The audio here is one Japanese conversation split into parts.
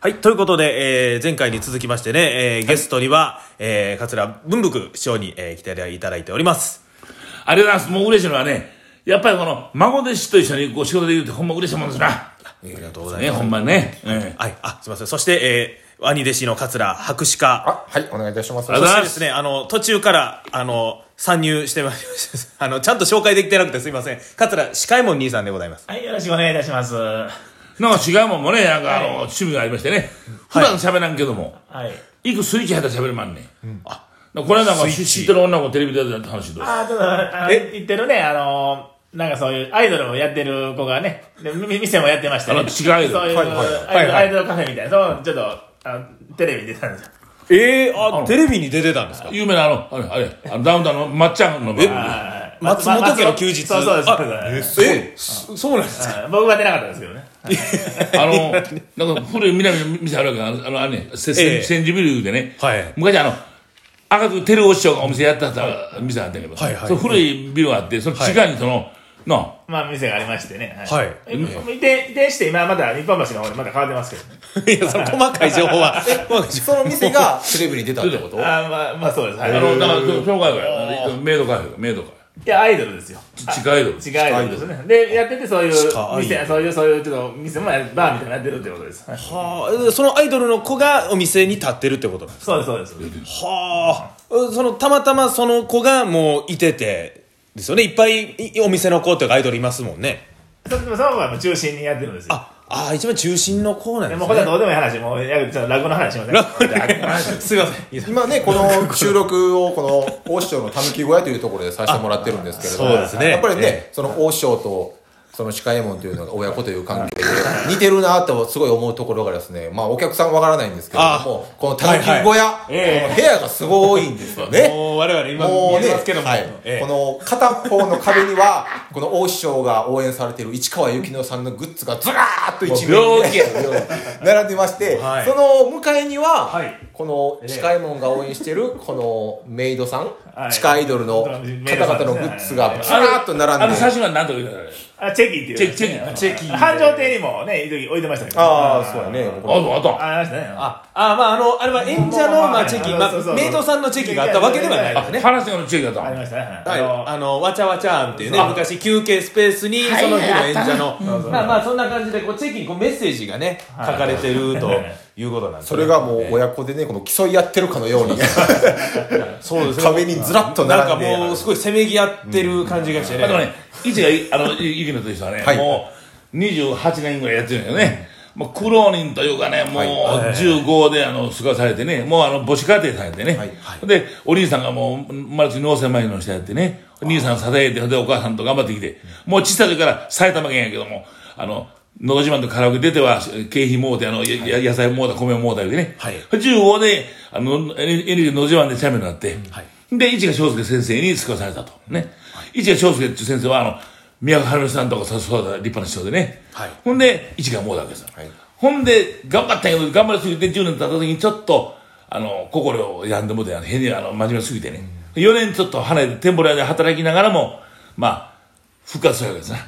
はい。ということで、えー、前回に続きましてね、えー、ゲストには、えー、桂文福師匠に、えー、来ていただいております。ありがとうございます。もう嬉しいのはね、やっぱりこの孫弟子と一緒にご仕事できるってほんま嬉しいもんですな。ありがとうございね、ます。ほんまにね。うん。ありがはい。あ、すいません。そして、えー、兄弟子の桂白歯科。あ、はい、お願いいたします。ありそがとしてでうございますすね、あの、途中から、あの、参入してまいりました。 あの、ちゃんと紹介できてなくてすいません。桂司会門兄さんでございます。はい、よろしくお願いいたします。はなんか違うもんもね、なんかあの、趣味がありましてね。普段喋らんけども、い。い、くスイッチ入ったら喋るまんね。あ、これなんか知知ってる女の子テレビでやった話どうあー、ちょっと、あの、言ってるね、あの、なんかそういうアイドルをやってる子がね、でみ店もやってましたね。あの違うアイドルそういう、はいはいアイドルはいはいアイドルカフェみたいな、そう、ちょっと、あのテレビに出たんですよ。えー、あ、テレビに出てたんですか有名なあの、あれ、あれ、あのダウンタウンのまっちゃんの番組。はい松本家の休日そうそうです。あそうですえ、そそうなんですかはい僕は出なかったですけどね。あの、なんか古い南の店あるわけあの、あのあれね、せええせ千住ビルでね、はい昔あの、赤く照夫師匠がお店やってた店あったけど、はいはいその古いビルがあって、その地下にその、なあまあ、店がありましてね。はいえ移転、移転して、今まだ日本橋の方にまだ変わってますけどね。いや、その細かい情報は。細かい情報その店がテレビに出たってことあーまあ、まあそうです。はい。あの、だから、そいのその会が、メイド会が、メイド会。や、アイドルですよ。地下アイドル。違うアイドルですね。で、やってて、そういかアうイドル店、そういう、そういう、ちょっと店もやる、バーみたいなのやってるってことです。はいはあえそのアイドルの子がお店に立ってるってことなんですそうです、そうです。はあえそのたまたまその子がもういててですよねいっぱいいお店の子というかアイドルいますもんねそでもその方が中心にやってるんですよ。ああー一番中心の子なんでですもねうこれはどうでもいい話、もう、いやちょっと落語の話しません。落語の すいません今ね、この収録をこの大師匠のたぬき小屋というところでさせてもらってるんですけれども、あそうですねやっぱりね、えその大師匠と、その鹿右衛門というのが親子という関係で、似てるなとすごい思うところがですね、まあお客さんわからないんですけれども、このたぬき小屋、この部屋がすごいんですよね。もう我々今もう見えね、ますけども、はいええこの片方の壁には、この大師匠が応援されている市川由紀乃さんのグッズがずらーっと一面もうに病気や並んでまして、はいその向かいには、はいこの近いもんが応援しているこのメイドさん、はい地下アイドルの方メイドさん々のグッズがずらーっとあ並んので、写真は何とか言うたら、ああ、チェキっていう。チェキチェキチェキ。繁盛亭にもね、一時置いてましたけど。ああ、そうやね。僕と、あと。ありましたね。あ、あーまああのあれは演者の、まあ、チェキ、まそうそうそあ、うメイドさんのチェキがあったわけではないですねあ話がのチェキだったあり。ましたね。はいはい、ああのわちゃわちゃーんっていうね昔休憩スペースにその日の演者の、まあまあそんな感じでこうチェキにこうメッセージがね書かれてるということなんです、ね、それがもう親子でね、この競い合ってるかのように、そうですね壁にずらっとなんか並んで。もうすごいせめぎ合ってる感じがしてね、あとね、一が、あの、ゆゆきのという人はね、はいもう28年ぐらいやってるんだよね。もう苦労人というかね、もうはい15であの、過ごされてね、もうあの、母子家庭されてね。はいで、お兄さんがもう、マルチ納税前の人やってね、お兄さん支えて、で、お母さんと頑張ってきて、もう小さい時から埼玉県やけども、あの、のど自慢とカラオケ出ては、経費もうて、あの、や野菜もうた、米もうたりでね。はい15で、あの、NHK のど自慢でチャンピオンになって、で、市川翔介先生に救わされたと。ね。市川翔介っていう先生は、あの、宮川春さんとかそうそうだ、立派な人でね。はいほんで、市川もうだわけですよ。はいほんで、頑張ったけど、頑張りすぎて10年経った時にちょっと、あの、心を病んでもうて、あの変にあの、真面目すぎてね。4年ちょっと離れて、テンポラで働きながらも、まあ、復活するわけですな。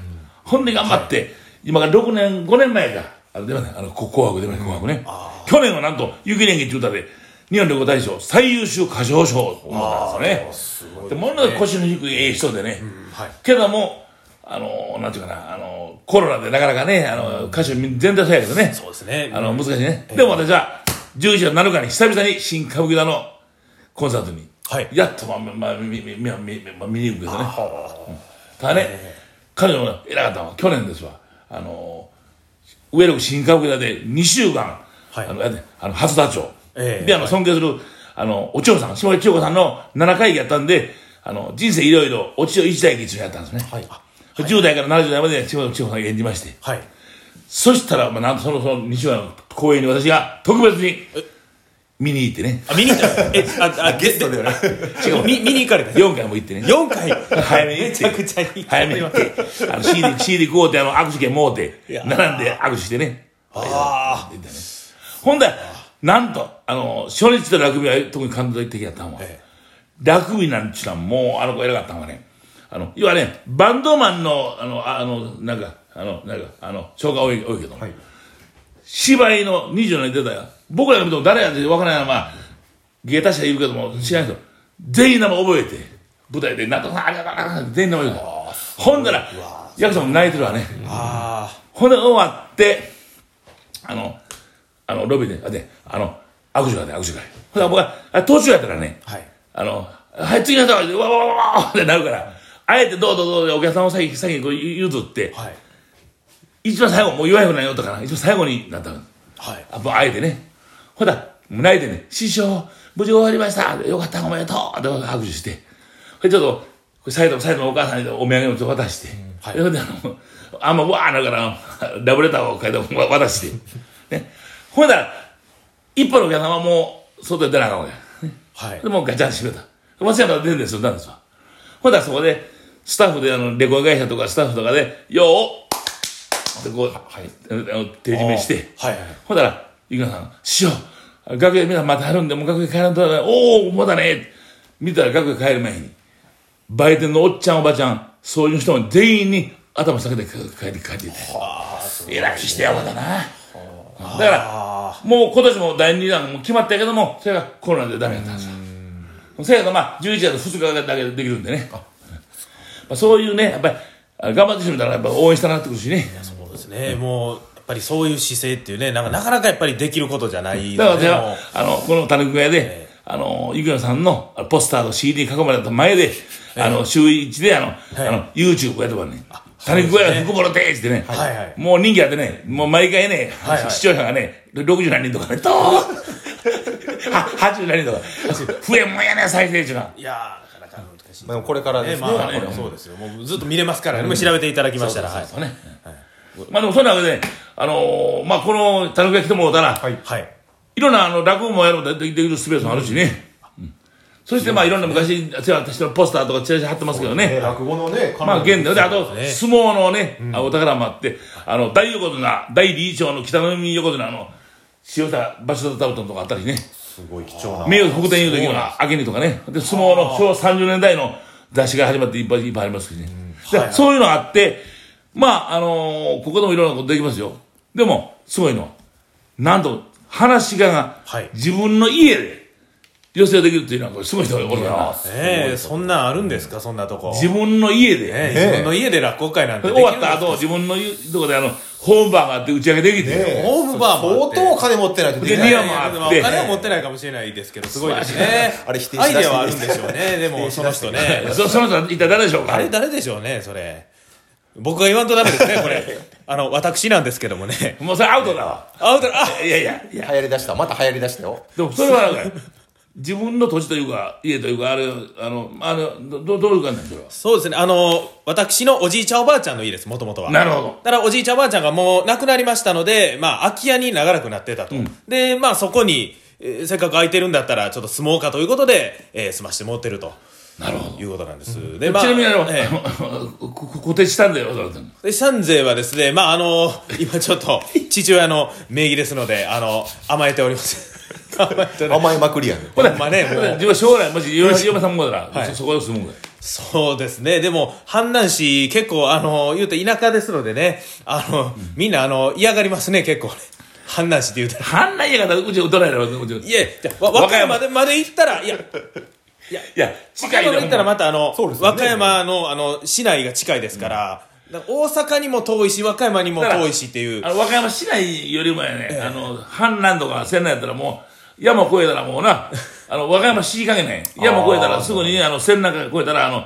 ほんで頑張って、今から6年、5年前か。あれでもね、あの、こ紅白でもね、紅白ね。去年はなんと、雪年月っていう歌で、日本旅行大賞最優秀歌唱賞を思ったんですよね。で、ものすごい腰の低いええ人でね。はいけども、あの、なんていうかな、あの、コロナでなかなかね、あの、歌手全体そうやけどね。そうですねあの、難しいね。でも私は、11月7日に久々に新歌舞伎座のコンサートに、はいやっと、まあ、まあ、みみみみまあ見に行くけどね。うんただね、彼女も偉かったのは、去年ですわ。あの、上野区新歌舞伎座で2週間、はいあの、やってあの、初座長。ええで、あの、尊敬する、あの、お千代さん、下地千代子さんの7回忌やったんで、あの、人生いろいろ、お千代一代劇一緒にやったんですね。はい10代から70代まで千代千代子さんが演じまして。はいそしたら、まあ、なんとその、その、西村の公演に私が特別に見に行ってね。あ見に行ったえああゲストでね違う見見に行かれた4回も行ってね。 4回早めに行めっちゃて。くちゃいい早めに行って。あの、CD、CD 買うて、あの、握手券もうて、や並んで握手してね。あ行ったねほんで、なんと、あの、初日とラグビーは特に感動的やったんは、えラグビーなんちゅうのはもう、あの子偉かったんはね、あの、要はね、バンドマンの、あの、ああの、なんか、あの、なんか、あの、紹介多い、多いけども、芝居の27年出たよ。僕らが見ても誰やってわからないまま、芸達者いるけども、知らない人、全員名前覚えて、舞台で、なんとかさん、ありがとうございます全員名前覚えて。ほんだら、ヤクザも泣いてるわね。ほんで終わって、あの、あの、ロビーで、あで、あの、握手会で握手会。ほんで僕は、あ途中やったらね、はいあの、はい、次の人は、わわわわわってなるから、あえてどうぞどうぞ、お客さんを先に、先にこう譲って、はい一番最後、もう弱い方なんよとかな、一番最後になったの。はいあ、もうあえてね。ほら、泣いてね、師匠、無事終わりました。よかった、おめでとう。で、握手して。ほれちょっと、これサイドもサイドもお母さんにお土産をちょっと渡して。はいでほんで、あの、あんま、わーなるから、ラブレターを書いてわ渡して。ね。ほんなら、一歩のお客様はもう、外へ出なあかんわけや。はいで、もうガチャン閉めた。松山が出るんですよ、なんですわ。ほんならそこで、スタッフで、あの、レコード会社とかスタッフとかで、よーってこう、あの手締めして、はいはいほんだら、井川さん、師匠、楽屋皆さんまたあるんで、もう楽屋帰らんとだね、おお、まだね、見たら楽屋帰る前に、売店のおっちゃんおばちゃん、そういう人も全員に頭下げて帰って帰っていって、偉くしてやろうだな。だから、もう今年も第2弾も決まったけども、それがコロナでダメだったんですよ。せやけどまあ、11月2日だけでできるんでね。まあ、そういうね、やっぱり、あ頑張ってしまったらやっぱ応援したくなってくるしね。そうですね、もうやっぱりそういう姿勢っていうねなんかなかなかやっぱりできることじゃないだかのら私では、あの、この種組屋で、あの、ゆきのさんのあのポスターと CD 囲まれた前で、あの、週一で、あの、あの、YouTube やってばね、種組屋が福袋定時でね、はいはいもう人気あってね、もう毎回ね、はいはい視聴者がね、60何人とかね、とーは !80 何人とか、増えんもんやね、再生中が。いやーなかなか難しいまあ、これからでねすね。まあねそうですよもうずっと見れますからね、もう調べていただきましたらはいそうね。まあでも、そんなわけで、あのーまあこの種組屋来てもらうたら、はいはいいろんなあの落語もやろうとできるスペースもあるしね。そしてまあいろんな昔、世話私のポスターとかチラシ貼ってますけどね。落語のね、まあ現代で、あとそうです相撲のね、あお宝もあって、あの、大横綱、大理事長の北の海横綱の、塩田場所田タウトンとかあったりね。すごい貴重な。名誉北天佑の時の明美とかね。で、相撲の昭和30年代の雑誌が始まっていっぱいいっぱいありますしね。だからそういうのがあって、まあ、あのーここでもいろんなことできますよ。でも、すごいのは、なんと、話し家がはい自分の家で寄せができるっていうのは、これすごい人がおるからな。ねえそんなんあるんですかそんなとこ自分の家ねえで、自分の家で落語会なんてでき終るわった後、自分の家とこであの、ホームバーがあって打ち上げできて、ねえホームバーもあ相って当金持ってないとできないでいリやアルいやでもあおって金は持ってないかもしれないですけどすごいですねあれ否定しアだすイデアはあるんでしょうねでもその人ねそその人は一体誰でしょうかあれ誰でしょうねそれ僕が言わんとダメですねこれあの私なんですけどもねもうそれアウトだわ。アウトあいやいや、いや流。行りだした。また流行りだしたよ。でもそれはなんか自分の土地というか家というかあれあのあのどどどういう感じなんでしょそうですねあの私のおじいちゃんおばあちゃんの家ですもともとはなるほどただおじいちゃんおばあちゃんがもう亡くなりましたのでまあ空き家に長らくなってたと、でまあそこに、えーせっかく空いてるんだったらちょっと住もうかということで、えー住ましてもってるとなるほどいうことなんです、でまあちなみにあの、ええ ここ固定したんだよそうだっで、シャンゼーはですね、まあ、あの、今ちょっと、父親の名義ですので、あの、甘えております。 甘えております甘えまくりやね。ほんまね、もうた自分は将来もし嫁嫁さんもだら、はいそそこで住むんだよそうですね。でも、阪南市、結構、あの、言うて田舎ですのでね、あの、みんな、あの、嫌がりますね、結構ね。阪南市って言うたら。あんな家がうちどらやろうちいや、じゃあわ和和歌歌山山で、まで行ったら、いや、いや近い和歌山で行ったらまた、あの、そうですよね和歌山の、あの、市内が近いですから、だから大阪にも遠いし、和歌山にも遠いしっていうあ。の和歌山市内よりもやね、あの阪南とか仙台やったらもう山越えたらもうなあの和歌山市かけね山越えたらすぐにあの仙台越えたらあの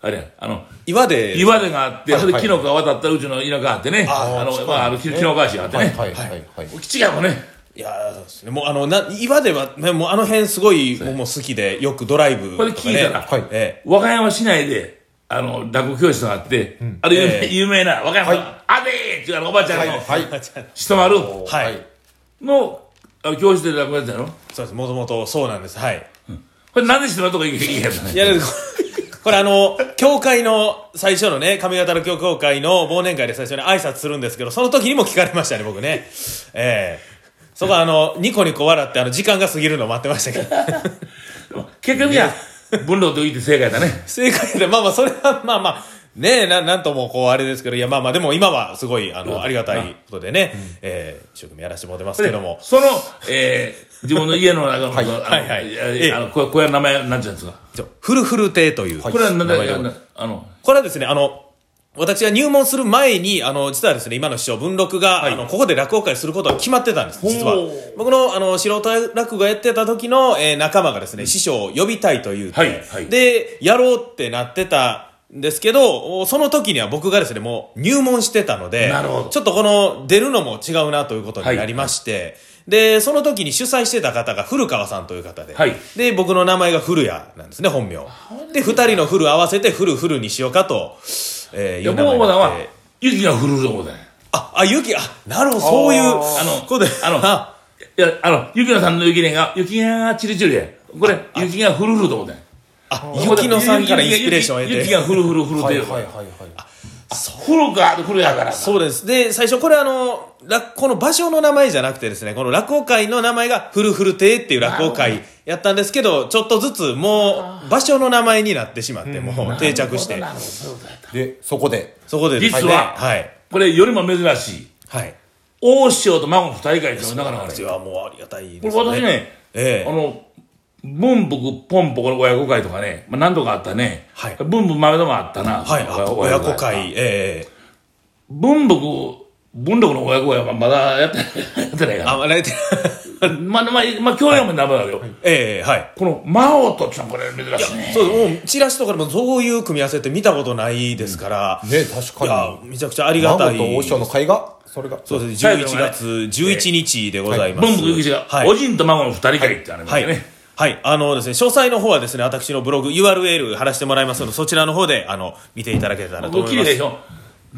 あれやあの岩で、岩手があって、それでキノコが渡ったうちの田舎があってね、あの、まあ、あの、キノコ市があってはいね、はいはいはい。基地がもね、いやーそうですね。もうあの、な、岩では、ね、もうあの辺すごい、もう好きで、よくドライブとこか、れね。聞いたら、はいえ和歌山市内で、あの、落語教室があって、あれ有名,、ええな、和歌山、あでーっていうあのおばあちゃんの、はいえ。はい。ひとまるはい。のあ教室で落語やってたのそうです。もともとそうなんです。はい。これなんでひとまるとか言いやったい ね。や、でもこれこれあの、教会の、最初のね、上方の教教会の忘年会で最初に挨拶するんですけど、その時にも聞かれましたね、僕ね。ええそこはあの、ニコニコ笑って、あの、時間が過ぎるのを待ってましたけど。 結局や、文道と言って正解だね。正解で、まあまあ、それは、まあまあ、ねえ、ななんともこう、あれですけど、いや、まあまあ、でも今はすごい、あの、ありがたいことでね、えー、一生懸命やらせてもらってますけども。その、えー、自分の家の中の、はいはいはいええあの、小屋小屋の名前、なんちゃうんですかちょフルフル亭という。これは、なん名前でだ、あの、これはですね、あの、私が入門する前に、あの、実はですね、今の師匠、文禄が、あの、ここで落語会することは決まってたんです、実はほう。僕の、あの、素人落語やってた時の、えー仲間がですね、師匠を呼びたいというて、はいはいで、やろうってなってたんですけど、おその時には僕がですね、もう入門してたので、なるほどちょっとこの、出るのも違うなということになりまして、で、その時に主催してた方が古川さんという方で、はいで、僕の名前が古谷なんですね、本名。で、二人の古合わせて、古古にしようかと、えー、いいや、う名僕前もにだなっわて。、雪が降るとこだね。あ、あ、ゆき、あ、なるほど、そういう、ああの、ことで、あの、あいや、あの、雪乃さんの雪ねが、雪がチリチリで、これ、雪が降るとこだね。あ、ゆきのさんからインスピレーションを得雪て。が降る降る降るとはいいうはいはい降はい。るか、降るやから。そうです。で、最初、これあの、落この場所の名前じゃなくてですね、この落語会の名前が、ふるふる亭っていう落語会やったんですけど、ちょっとずつ、もう、場所の名前になってしまって、もう定着してな、るほどそういうことやったで、そこで、そこでですね実ははい。これ、よりも珍しい。はい。大塩と孫二人会ですよ、なかなかね私。はもうありがたいでこれすね。私ね、ええあの、文福ポンポこの親子会とかね、まあ、何度かあったね。はい文福前田もあったな。はい、あと親子。会、ええ文福、文禄の親子会はまだやってない、やってないあ、かまあ、泣いて、ら。まあ、まあ、まあ、教養もダメだけど、 ええはい。この、魔王とちゃんこれ珍しいね。そうですもうチラシとかでもそういう組み合わせって見たことないですから、ね、確いやかに。めちゃくちゃありが孫たいと王将の会が、それが。そうです最後11のね月11日でございます、文福幸一が、はいおじんと孫の二人会ってあるんですはいよね。はい。あのですね、詳細の方はですね、私のブログ URL 貼らせてもらいますので、そちらの方で、あの、見ていただけたらとこれ思い綺ま麗す。でしょ。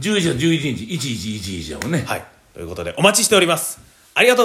11月11日、1111だもんね。はい。ということで、お待ちしております。ありがとうございます